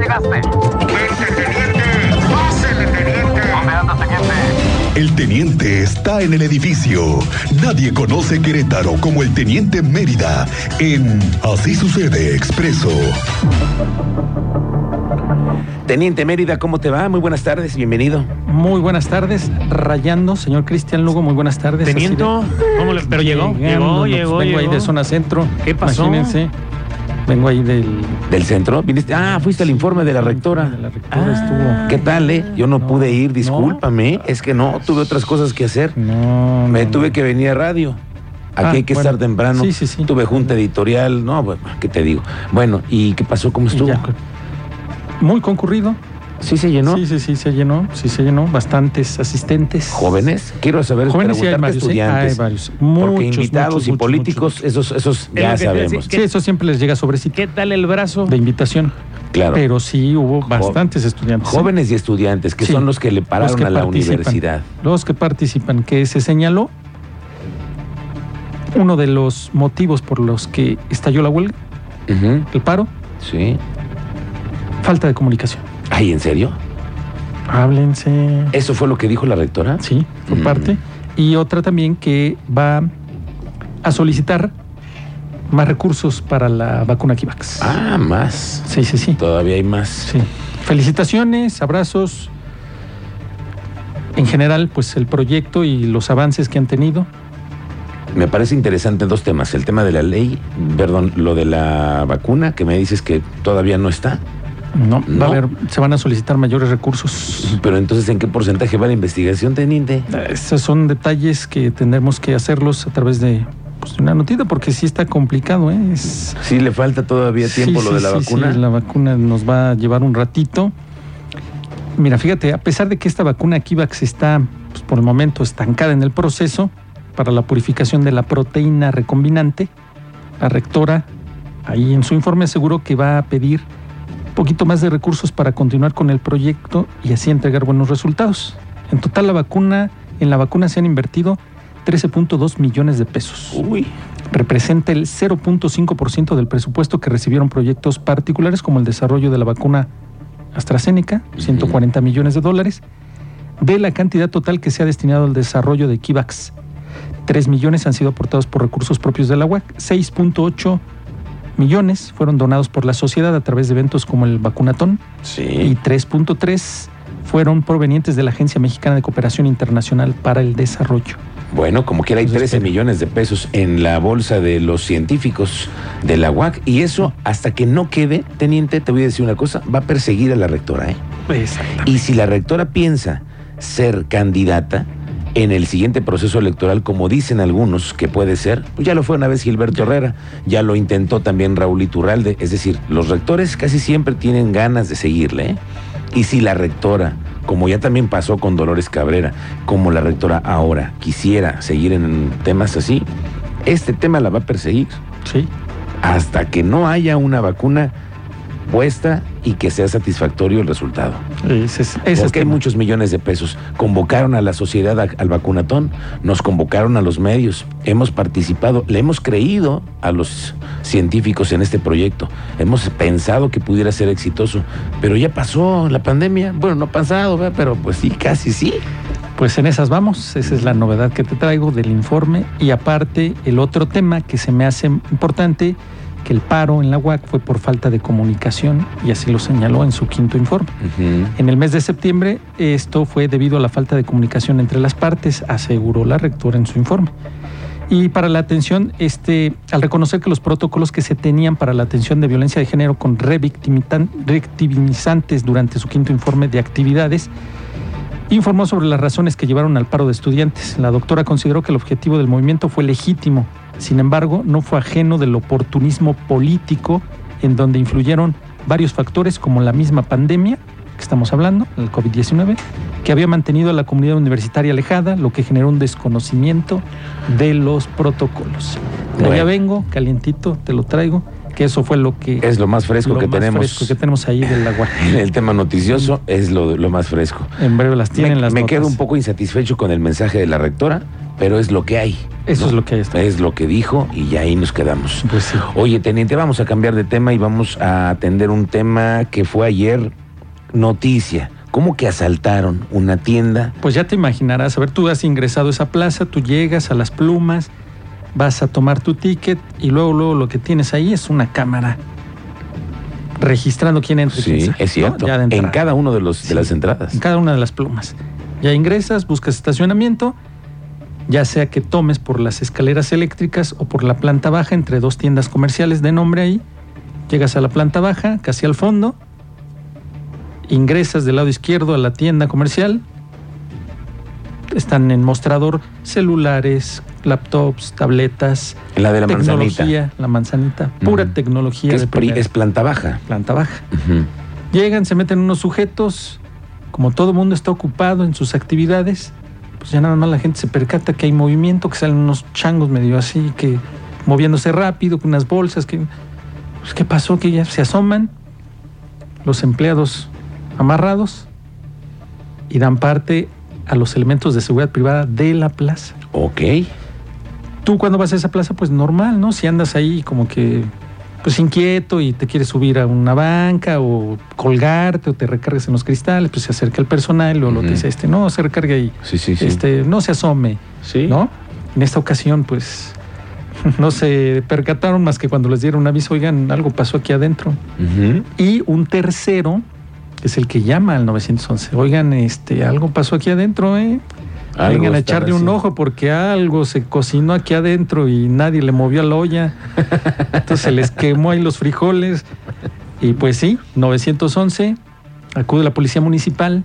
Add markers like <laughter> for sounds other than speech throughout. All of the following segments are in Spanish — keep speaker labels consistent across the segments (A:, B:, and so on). A: llegaste.
B: ¡Vente, teniente! ¡Pásele, teniente!
A: Bombeando, teniente.
C: El teniente está en el edificio. Nadie conoce Querétaro como el teniente Mérida en Así sucede expreso.
D: Teniente Mérida, ¿cómo te va? Muy buenas tardes, bienvenido.
E: Muy buenas tardes, Rayando, señor Cristian Lugo, muy buenas tardes.
F: Teniente,
E: Así
F: ¿cómo le- pero
E: de-
F: llegó, llegó,
E: llegando, pues,
F: llegó,
E: Vengo ahí
F: llegó.
E: de zona centro.
F: ¿Qué pasó?
E: Imagínense. Vengo ahí del...
D: ¿Del centro? ¿Viniste? Ah, fuiste al informe de la rectora.
E: De la rectora
D: ¿Qué tal, eh? Yo no,
E: No,
D: pude ir,
E: no.
D: discúlpame. Es que no, tuve otras cosas que hacer.
E: estuvo. No,
D: Me
E: no,
D: tuve
E: no.
D: que venir a radio. Aquí
E: Ah,
D: hay que
E: bueno.
D: estar temprano.
E: Sí, sí, sí.
D: Tuve junta editorial. No, bueno, ¿qué te digo? Bueno, ¿y qué pasó? ¿Cómo estuvo?
E: Ya. Muy concurrido.
D: ¿Sí se llenó?
E: Sí, sí, sí, se llenó. Sí, se llenó. Bastantes asistentes.
D: ¿Jóvenes? Quiero saber,
E: Jóvenes sí hay
D: preguntarte
E: varios, ¿eh?
D: estudiantes.
E: Hay varios.
D: porque
E: Muchos,
D: invitados
E: muchos,
D: y
E: muchos,
D: políticos,
E: muchos.
D: esos, esos
F: Es lo
D: ya
F: que te iba a decir,
D: sabemos.
F: que-
E: Sí, eso siempre les llega sobrecito
F: ¿Qué tal el brazo?
E: de invitación.
D: Claro.
E: Pero sí hubo bastantes estudiantes. ¿eh?
D: Jóvenes y estudiantes, que
E: Sí.
D: son los que le pararon
E: que
D: a la
E: participan,
D: universidad.
E: Los que participan, que se señaló uno de los motivos por los que estalló la huelga,
D: Ujú,
E: el paro,
D: Sí.
E: falta de comunicación.
D: Ay, ¿en serio?
E: Háblense.
D: ¿Eso fue lo que dijo la rectora?
E: Sí, por
D: Mm.
E: parte. Y otra también que va a solicitar más recursos para la vacuna Kivax.
D: Ah, más.
E: Sí, sí, sí.
D: Todavía hay más.
E: Sí. Felicitaciones, abrazos. En general, pues el proyecto y los avances que han tenido.
D: Me parece interesante dos temas. El tema de la ley, perdón, lo de la vacuna, que me dices que todavía no está.
E: No,
D: No.
E: va a haber, se van a solicitar mayores recursos.
D: Pero entonces, ¿en qué porcentaje va la investigación, teniente?
E: Esos son detalles que tendremos que hacerlos a través de, pues, de una noticia, porque sí está complicado. ¿eh? Es,
D: Sí, le falta todavía tiempo
E: Sí,
D: lo
E: sí,
D: de la
E: sí,
D: vacuna.
E: sí, la vacuna nos va a llevar un ratito. Mira, fíjate, a pesar de que esta vacuna Kivax está, pues, por el momento, estancada en el proceso para la purificación de la proteína recombinante, la rectora, ahí en su informe, aseguró que va a pedir un poquito más de recursos para continuar con el proyecto y así entregar buenos resultados. En total, la vacuna, en la vacuna se han invertido 13.2 millones de pesos
D: Uy,
E: representa el 0.5% del presupuesto que recibieron proyectos particulares como el desarrollo de la vacuna AstraZeneca, 140 millones de dólares, de la cantidad total que se ha destinado al desarrollo de Kivax. 3 millones han sido aportados por recursos propios de la UAC, 6.8 millones fueron donados por la sociedad a través de eventos como el vacunatón y
D: sí.
E: 3.3 fueron provenientes de la Agencia Mexicana de Cooperación Internacional para el Desarrollo.
D: Bueno, como quiera, hay
E: Pues
D: 13
E: espero.
D: millones de pesos en la bolsa de los científicos de la UAC. Y eso, hasta que no quede, teniente, te voy a decir una cosa, va a perseguir a la rectora, ¿eh? Y si la rectora piensa ser candidata en el siguiente proceso electoral, como dicen algunos que puede ser, pues ya lo fue una vez Gilberto Herrera, ya lo intentó también Raúl Iturralde, es decir, los rectores casi siempre tienen ganas de seguirle. ¿eh? Y si la rectora, como ya también pasó con Dolores Cabrera, como la rectora ahora quisiera seguir en temas así, este tema la va a perseguir
E: Sí.
D: hasta que no haya una vacuna puesta y que sea satisfactorio el resultado.
E: Ese es, ese es
D: Porque hay
E: tema.
D: muchos millones de pesos. Convocaron a la sociedad a- al vacunatón, nos convocaron a los medios, hemos participado, le hemos creído a los científicos en este proyecto, hemos pensado que pudiera ser exitoso, pero ya pasó la pandemia. Bueno, no ha pasado, ¿verdad? pero pues sí, casi sí.
E: Pues en esas vamos, esa es la novedad que te traigo del informe y aparte el otro tema que se me hace importante, que el paro en la UAC fue por falta de comunicación y así lo señaló en su quinto informe. En el mes de septiembre esto fue debido a la falta de comunicación entre las partes, aseguró la rectora en su informe. Y para la atención, este, al reconocer que los protocolos que se tenían para la atención de violencia de género con revictimitan- revictimizantes durante su quinto informe de actividades, informó sobre las razones que llevaron al paro de estudiantes. La doctora consideró que el objetivo del movimiento fue legítimo, sin embargo, no fue ajeno del oportunismo político en donde influyeron varios factores como la misma pandemia que estamos hablando, el COVID-19, que había mantenido a la comunidad universitaria alejada, lo que generó un desconocimiento de los protocolos. De
D: Bueno.
E: allá vengo, calientito, te lo traigo, que eso fue lo que
D: Es lo más fresco
E: lo
D: que
E: más
D: tenemos.
E: fresco que tenemos ahí del agua.
D: <laughs> El tema noticioso es lo, lo más fresco.
E: En breve las tienen
D: me
E: las
D: me quedo
E: notas.
D: un poco insatisfecho con el mensaje de la rectora, pero es lo que hay.
E: Eso es lo que hay, está.
D: Es lo que dijo y ya ahí nos quedamos.
E: Pues sí.
D: Oye, teniente, vamos a cambiar de tema y vamos a atender un tema que fue ayer noticia. ¿Cómo que asaltaron una tienda?
E: Pues ya te imaginarás, a ver, tú has ingresado a esa plaza, tú llegas a las plumas, vas a tomar tu ticket y luego, luego lo que tienes ahí es una cámara registrando quién entra. y quién
D: Sí,
E: sale,
D: es
E: ¿no?
D: cierto.
E: Ya de
D: en
E: entrada.
D: cada uno de los
E: Sí.
D: de las entradas.
E: en cada una de las plumas. Ya ingresas, buscas estacionamiento, ya sea que tomes por las escaleras eléctricas o por la planta baja entre dos tiendas comerciales de nombre ahí. Llegas a la planta baja, casi al fondo. Ingresas del lado izquierdo a la tienda comercial. Están en mostrador celulares, laptops, tabletas,
D: En la de la
E: tecnología,
D: manzanita.
E: la manzanita, pura
D: Ujú.
E: tecnología
D: Que
E: de
D: es, pri-
E: primera.
D: es planta baja.
E: planta baja.
D: Ujú.
E: Llegan, se meten unos sujetos, como todo mundo está ocupado en sus actividades, pues ya nada más la gente se percata que hay movimiento, que salen unos changos medio así, que moviéndose rápido, con unas bolsas, que pues, qué pasó, que ya se asoman los empleados amarrados y dan parte a los elementos de seguridad privada de la plaza.
D: Ok.
E: Tú cuando vas a esa plaza, pues normal, ¿no? Si andas ahí como que pues inquieto y te quieres subir a una banca o colgarte o te recargas en los cristales, pues se acerca el personal o lo
D: Ujú.
E: que sea, este, no, se recargue ahí,
D: Sí, sí, sí.
E: este, no se asome,
D: Sí.
E: ¿no? En esta ocasión, pues <laughs> no se percataron más que cuando les dieron un aviso, oigan, algo pasó aquí adentro.
D: Ujú.
E: Y un tercero, que es el que llama al 911, oigan, este, algo pasó aquí adentro, ¿eh?
D: Algo
E: Vengan a
D: están
E: echarle un
D: haciendo.
E: ojo porque algo se cocinó aquí adentro y nadie le movió a la olla. Entonces se les quemó ahí los frijoles. Y pues sí, 911, acude la policía municipal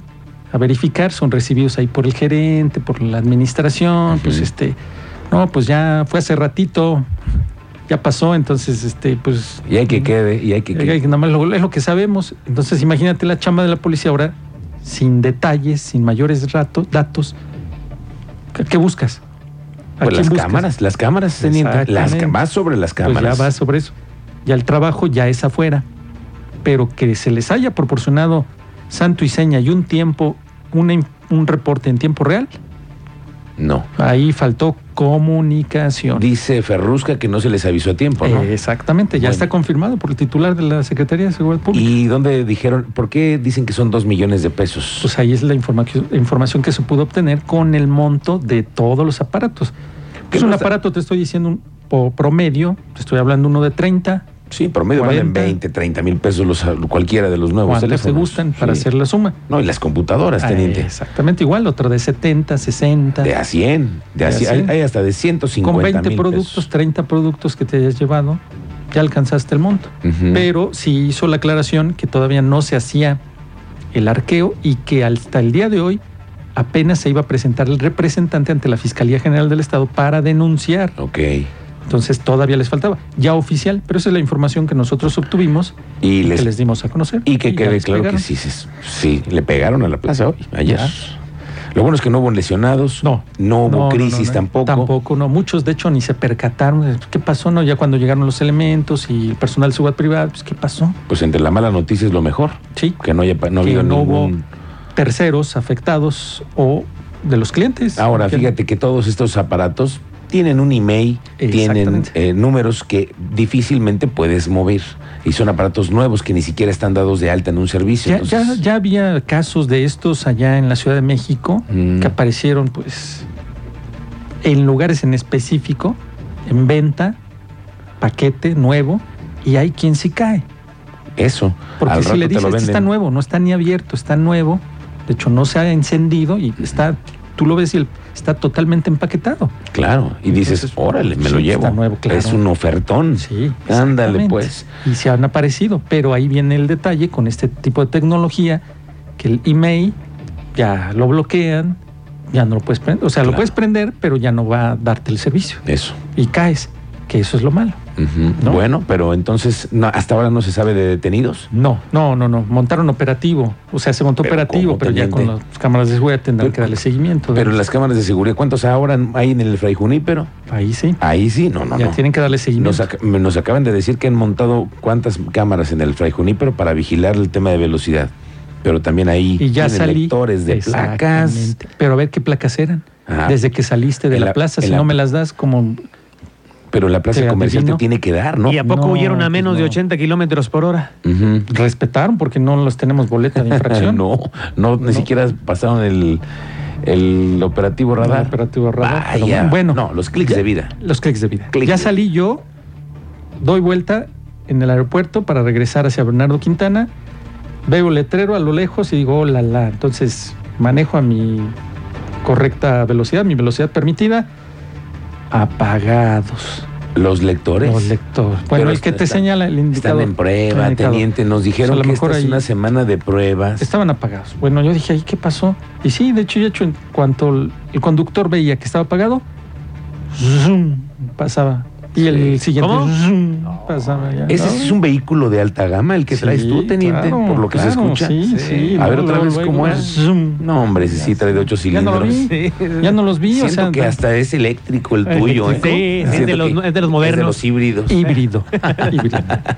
E: a verificar, son recibidos ahí por el gerente, por la administración, pues
D: Ujú.
E: este, no, pues ya fue hace ratito, ya pasó, entonces este, pues...
D: Y hay que quede, y hay que
E: Eh,
D: quede.
E: nada más lo- es lo que sabemos. Entonces, imagínate la chamba de la policía ahora, sin detalles, sin mayores rato- datos. ¿Qué, qué buscas? ¿A
D: Pues
E: quién
D: las
E: buscas?
D: cámaras, las cámaras, teniente. Las,
E: Exactamente.
D: ca- vas sobre las
E: Pues
D: cámaras.
E: ya va sobre eso. Ya el trabajo ya es afuera. Pero que se les haya proporcionado santo y seña y un tiempo, una in- un reporte en tiempo real,
D: No.
E: ahí faltó comunicación.
D: Dice Ferrusca que no se les avisó a tiempo, ¿no?
E: Eh, exactamente, ya
D: Bueno.
E: está confirmado por el titular de la Secretaría de Seguridad Pública.
D: ¿Y dónde dijeron? ¿Por qué dicen que son dos millones de pesos?
E: pues ahí es la informa- información que se pudo obtener con el monto de todos los aparatos.
D: ¿Qué
E: Es un
D: pasa?
E: aparato, te estoy diciendo, un po- promedio, te estoy hablando uno de 30,
D: sí, promedio valen
E: 40.
D: 20, 30 mil pesos los, cualquiera de los nuevos
E: cuántos
D: teléfonos.
E: te gustan para
D: Sí.
E: hacer la suma.
D: No, y las computadoras,
E: Ah,
D: teniente.
E: Exactamente igual, otro de 70, 60,
D: De a 100. De a
E: De a
D: 100. Hay,
E: 100.
D: hay hasta de 150
E: con 20
D: mil
E: productos,
D: pesos.
E: 30 productos que te hayas llevado, ya alcanzaste el monto.
D: Ujú.
E: Pero sí hizo la aclaración que todavía no se hacía el arqueo y que hasta el día de hoy apenas se iba a presentar el representante ante la Fiscalía General del Estado para denunciar.
D: Ok.
E: Entonces todavía les faltaba, ya oficial, pero esa es la información que nosotros obtuvimos
D: Y
E: y
D: les,
E: que les dimos a conocer.
D: y que
E: ya
D: quede
E: les
D: claro
E: pegaron.
D: que sí, sí, sí, le pegaron a la plaza hoy, ayer.
E: Ya.
D: Lo bueno es que no hubo lesionados.
E: No.
D: No hubo crisis
E: no, no,
D: tampoco.
E: Tampoco, no. Muchos, de hecho, ni se percataron. ¿Qué pasó? No, ya cuando llegaron los elementos y el personal de seguridad privada, pues, ¿qué pasó?
D: Pues entre la mala noticia es lo mejor.
E: Sí,
D: Que no haya pa- no ha
E: Que
D: habido
E: no hubo
D: ningún-
E: terceros afectados o de los clientes.
D: Ahora,
E: Que-
D: fíjate que todos estos aparatos tienen un email, tienen
E: Exactamente.
D: eh, números que difícilmente puedes mover. Y son aparatos nuevos que ni siquiera están dados de alta en un servicio.
E: Ya, ya-
D: entonces-
E: ya había casos de estos allá en la Ciudad de México
D: Mm.
E: que aparecieron, pues, en lugares en específico, en venta, paquete nuevo, y hay quien sí cae.
D: Eso.
E: Porque
D: al
E: si
D: rato
E: le
D: te lo
E: dices, este está
D: venden".
E: nuevo, no está ni abierto, está nuevo, de hecho no se ha encendido y está, tú lo ves y el- está totalmente empaquetado.
D: Claro. Y dices,
E: Entonces, pues,
D: órale, me
E: sí,
D: lo
E: está
D: llevo.
E: nuevo, claro.
D: Es un ofertón.
E: Sí.
D: Ándale,
E: exactamente.
D: pues.
E: Y se han aparecido, pero ahí viene el detalle con este tipo de tecnología, que el email ya lo bloquean, ya no lo puedes prender, o sea,
D: Claro.
E: lo puedes prender, pero ya no va a darte el servicio.
D: Eso.
E: Y caes, que eso es lo malo.
D: Ujú.
E: ¿No?
D: Bueno, pero entonces, no, hasta ahora no se sabe de detenidos.
E: No, no, no, no. Montaron operativo. O sea, se montó
D: Pero
E: operativo,
D: ¿cómo,
E: pero ya con
D: teniente?
E: las cámaras de seguridad tendrán
D: Pero-
E: que darle seguimiento.
D: Pero las cámaras de seguridad, ¿cuántos ahora hay en el Fray Junípero?
E: Ahí sí.
D: Ahí sí, no, no,
E: ya
D: no.
E: tienen que darle
D: Nos,
E: seguimiento.
D: ac- nos acaban de decir que han montado cuántas cámaras en el Fray Junípero para vigilar el tema de velocidad. Pero también ahí
E: y ya
D: tienen
E: salí.
D: lectores de placas.
E: Exactamente. Pero a ver qué placas eran.
D: Ajá.
E: Desde que saliste de
D: En
E: la,
D: la-
E: plaza,
D: en
E: si
D: la-
E: no me las das, como
D: Pero la plaza
E: Te
D: comercial
E: adivino.
D: te tiene que dar, ¿no?
A: ¿Y a poco
E: No, pues
A: huyeron a menos de
E: no.
A: 80 kilómetros por hora?
D: Ujú.
E: respetaron porque no los tenemos boleta de
D: <laughs>
E: infracción.
D: no, no, ni
E: No.
D: siquiera pasaron el, el operativo radar.
E: El operativo radar, pero
D: Vaya.
E: bueno.
D: No, los clics
E: Ya-
D: de vida.
E: Los clics de vida.
D: Clics
E: ya
D: de vida.
E: salí yo, doy vuelta en el aeropuerto para regresar hacia Bernardo Quintana. Veo el letrero a lo lejos y digo, oh, la, la. Entonces manejo a mi correcta velocidad, mi velocidad permitida. Apagados
D: Los lectores.
E: los lectores. Bueno,
D: Pero
E: el que
D: está-
E: te
D: está-
E: señala el
D: Están
E: indicador.
D: en prueba,
E: el indicador.
D: teniente. Nos dijeron
E: O sea, Pues a lo
D: que
E: mejor
D: esta es
E: ahí-
D: una semana de pruebas.
E: Estaban apagados. Bueno, yo dije, ¿y qué pasó? Y sí, de hecho, de hecho, en cuanto el el conductor veía que estaba apagado, zoom, pasaba. Y el
D: Sí.
E: siguiente,
A: ¿Cómo?
E: zoom, pasaba. ya,
D: Ese
E: ¿no?
D: sí es un vehículo de alta gama, el que
E: Sí,
D: traes tú, teniente,
E: claro,
D: por lo que se
E: claro,
D: escucha.
E: Sí, sí.
D: A ver,
E: no,
D: otra
E: luego,
D: vez,
E: luego,
D: ¿cómo era?
E: zoom.
D: No, hombre, ese sí trae de ocho
E: Ya no lo
D: cilindros.
E: vi.
A: <laughs>
E: Ya no los vi, o
D: Siento
E: sea,
D: que hasta es eléctrico el
E: Ah,
D: tuyo, ¿eh?
E: eléctrico.
A: Sí, es de
D: Siento
A: los-
D: que
A: es de los modernos.
D: Es de los híbridos. <laughs>
E: híbrido. híbrido.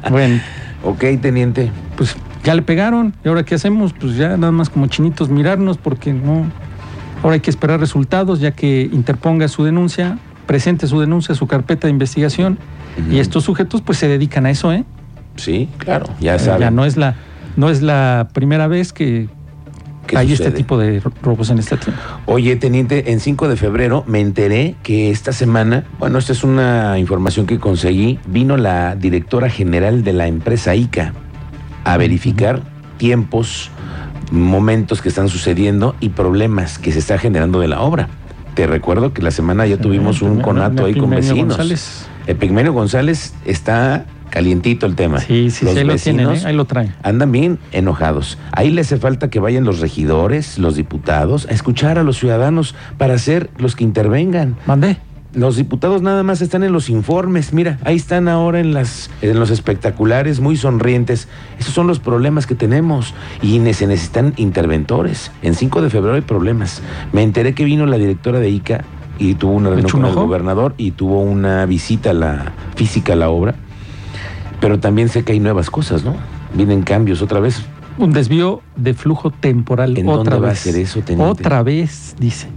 E: Bueno,
D: Ok, teniente.
E: pues ya le pegaron. ¿Y ahora qué hacemos? Pues ya nada más como chinitos mirarnos porque no. Ahora hay que esperar resultados ya que interponga su denuncia, presente su denuncia, su carpeta de investigación. Y estos sujetos pues se dedican a eso, ¿eh?
D: Sí, claro, ya
E: Ya,
D: saben.
E: no es la no es la primera vez que
D: qué
E: hay
D: sucede.
E: este tipo de ro- robos en este esta tienda.
D: Oye, teniente, en 5 de febrero me enteré que esta semana, bueno, esta es una información que conseguí, vino la directora general de la empresa ICA a verificar tiempos, momentos que están sucediendo y problemas que se está generando de la obra. Te recuerdo que la semana
E: Ah,
D: ya tuvimos un conato ahí con
E: Epigmenio
D: vecinos.
E: González.
D: Epigmenio González está calientito el tema.
E: Sí, sí,
D: Los
E: sí, ahí lo tienen, ¿eh?
D: vecinos
E: ahí lo traen.
D: andan bien enojados. Ahí les hace falta que vayan los regidores, los diputados, a escuchar a los ciudadanos para ser los que intervengan.
E: Mandé.
D: Los diputados nada más están en los informes, mira, ahí están ahora en las en los espectaculares, muy sonrientes. Esos son los problemas que tenemos y ne- se necesitan interventores. En 5 de febrero hay problemas. Me enteré que vino la directora de ICA y tuvo una reunión
E: echó un
D: con el
E: ojo?
D: gobernador y tuvo una visita a la física a la obra. Pero también sé que hay nuevas cosas, ¿no? Vienen cambios otra vez.
E: Un desvío de flujo temporal
D: ¿En
E: otra
D: dónde va a
E: vez.
D: ser eso, teniente?
E: otra vez, dice.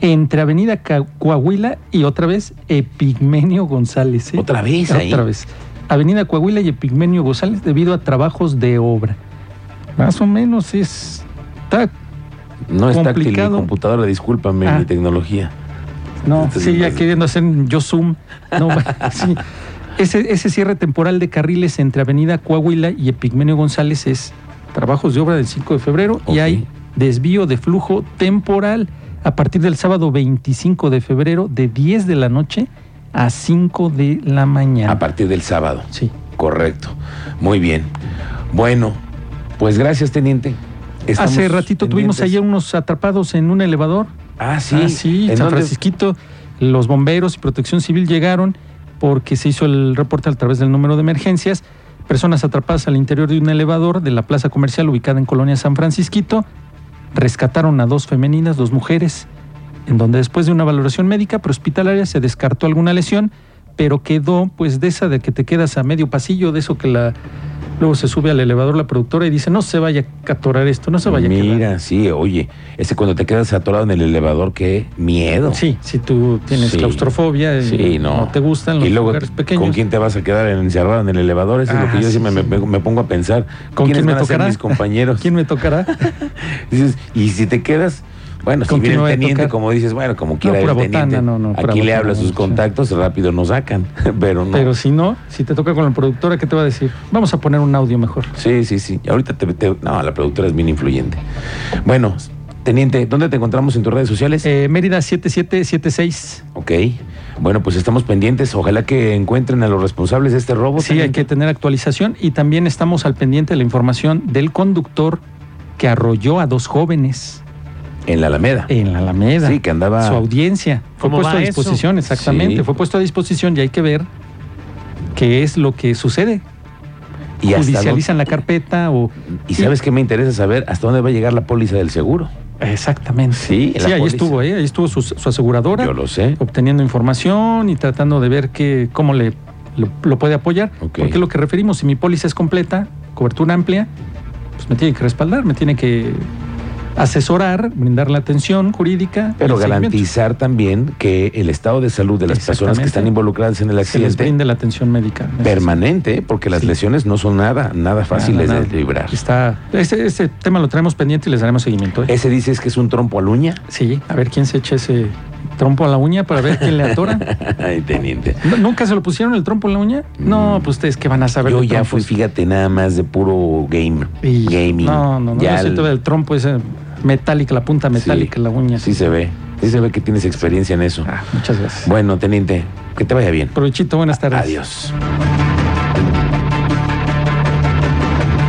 E: Entre Avenida Ca- Coahuila y otra vez Epigmenio González. ¿eh?
D: Otra vez ahí.
E: Otra vez. Avenida Coahuila y Epigmenio González debido a trabajos de obra. Más o menos es. está-
D: No está táctil mi
E: Complicado.
D: computadora, discúlpame
E: Ah.
D: mi tecnología.
E: no,
D: Entonces,
E: sí, ya
D: pues-
E: queriendo hacer un yo zoom. No, <laughs> sí. Ese, ese cierre temporal de carriles entre Avenida Coahuila y Epigmenio González es trabajos de obra del 5 de febrero
D: Ok.
E: y hay desvío de flujo temporal a partir del sábado 25 de febrero de 10 de la noche a 5 de la mañana.
D: A partir del sábado.
E: sí.
D: Correcto. Muy bien. Bueno, pues gracias, teniente. Estamos
E: Hace ratito tuvimos
D: pendientes.
E: ayer unos atrapados en un elevador.
D: Ah, sí.
E: Ah, sí,
D: ¿En
E: San
D: dónde?
E: Francisquito. Los bomberos y protección civil llegaron porque se hizo el reporte a través del número de emergencias. Personas atrapadas al interior de un elevador de la plaza comercial ubicada en Colonia San Francisquito. Rescataron a dos femeninas, dos mujeres, en donde después de una valoración médica prehospitalaria se descartó alguna lesión, pero quedó pues de esa de que te quedas a medio pasillo, de eso que la luego se sube al elevador la productora y dice, no se vaya a atorar esto, no se vaya a quedar.
D: Mira, sí, oye, ese cuando te quedas atorado en el elevador, qué miedo.
E: Sí, si tú tienes
D: Sí.
E: claustrofobia y
D: Sí, no.
E: te gustan los
D: y luego,
E: lugares pequeños.
D: ¿con quién te vas a quedar encerrado en el elevador? Eso es
E: Ah,
D: lo que yo
E: sí,
D: siempre
E: sí.
D: me, me- me pongo a pensar.
E: ¿Con
D: ¿Quiénes
E: quién me
D: van a ser
E: tocará? <laughs>
D: mis compañeros?
E: ¿Quién me tocará?
D: Dices, y si te quedas, bueno, si
E: ¿Con quién
D: viene el
E: me voy a
D: teniente,
E: tocar?
D: como dices, bueno, como quiera
E: pura
D: el teniente,
E: botana, no, no, pura
D: aquí le
E: botana,
D: habla a sus
E: sí.
D: contactos, rápido nos sacan, <laughs> pero <laughs> no.
E: Pero si no, si te toca con la productora, ¿qué te va a decir? Vamos a poner un audio mejor.
D: Sí, sí, sí. Ahorita te, te- No, la productora es bien influyente. Bueno, teniente, ¿dónde te encontramos en tus redes sociales?
E: Eh, Mérida 7776.
D: Ok. Bueno, pues estamos pendientes. Ojalá que encuentren a los responsables de este robo.
E: Sí, hay que tener actualización y también estamos al pendiente de la información del conductor que arrolló a dos jóvenes
D: En la Alameda.
E: en la Alameda.
D: Sí, que andaba.
E: Su audiencia. Fue
A: ¿Cómo
E: puesto
A: va
E: a
A: eso?
E: disposición, exactamente.
D: Sí.
E: Fue puesto a disposición y hay que ver qué es lo que sucede.
D: y hasta
E: Judicializan la carpeta o
D: dónde- y sabes que me interesa saber hasta dónde va a llegar la póliza del seguro.
E: Exactamente.
D: Sí, la
E: ahí
D: póliza.
E: estuvo, ¿eh? ahí estuvo su, su aseguradora
D: Yo lo sé.
E: obteniendo información y tratando de ver qué, cómo le lo, lo puede apoyar.
D: Ok.
E: Porque lo que referimos, si mi póliza es completa, cobertura amplia, pues me tiene que respaldar, me tiene que asesorar, brindar la atención jurídica.
D: Pero
E: el seguimiento.
D: garantizar también que el estado de salud de las personas que
E: Exactamente.
D: están involucradas en el
E: Se les
D: accidente
E: brinde la atención médica.
D: permanente, porque las
E: Sí.
D: lesiones no son nada, nada fáciles
E: Nada, nada.
D: de librar.
E: Está, ese, ese tema lo traemos pendiente y les daremos seguimiento. ¿eh?
D: Ese dices que es un trompo a la uña.
E: Sí, a ver quién se echa ese trompo a la uña para ver quién le atora.
D: <laughs> Ay, teniente.
E: ¿Nu- ¿Nunca se lo pusieron el trompo en la uña? No,
D: Mm.
E: pues ustedes que van a saber.
D: Yo
E: de
D: ya fui,
E: trompos?
D: fíjate, nada más de puro game.
E: Y-
D: gaming.
E: No, no, no.
D: Ya
E: yo sí
D: el-
E: tuve el trompo ese metálica, la punta metálica, la uña.
D: Sí se ve. Sí se ve que tienes experiencia en eso.
E: Ah, muchas gracias.
D: Bueno, teniente, que te vaya bien.
E: Provechito, buenas tardes.
D: Adiós.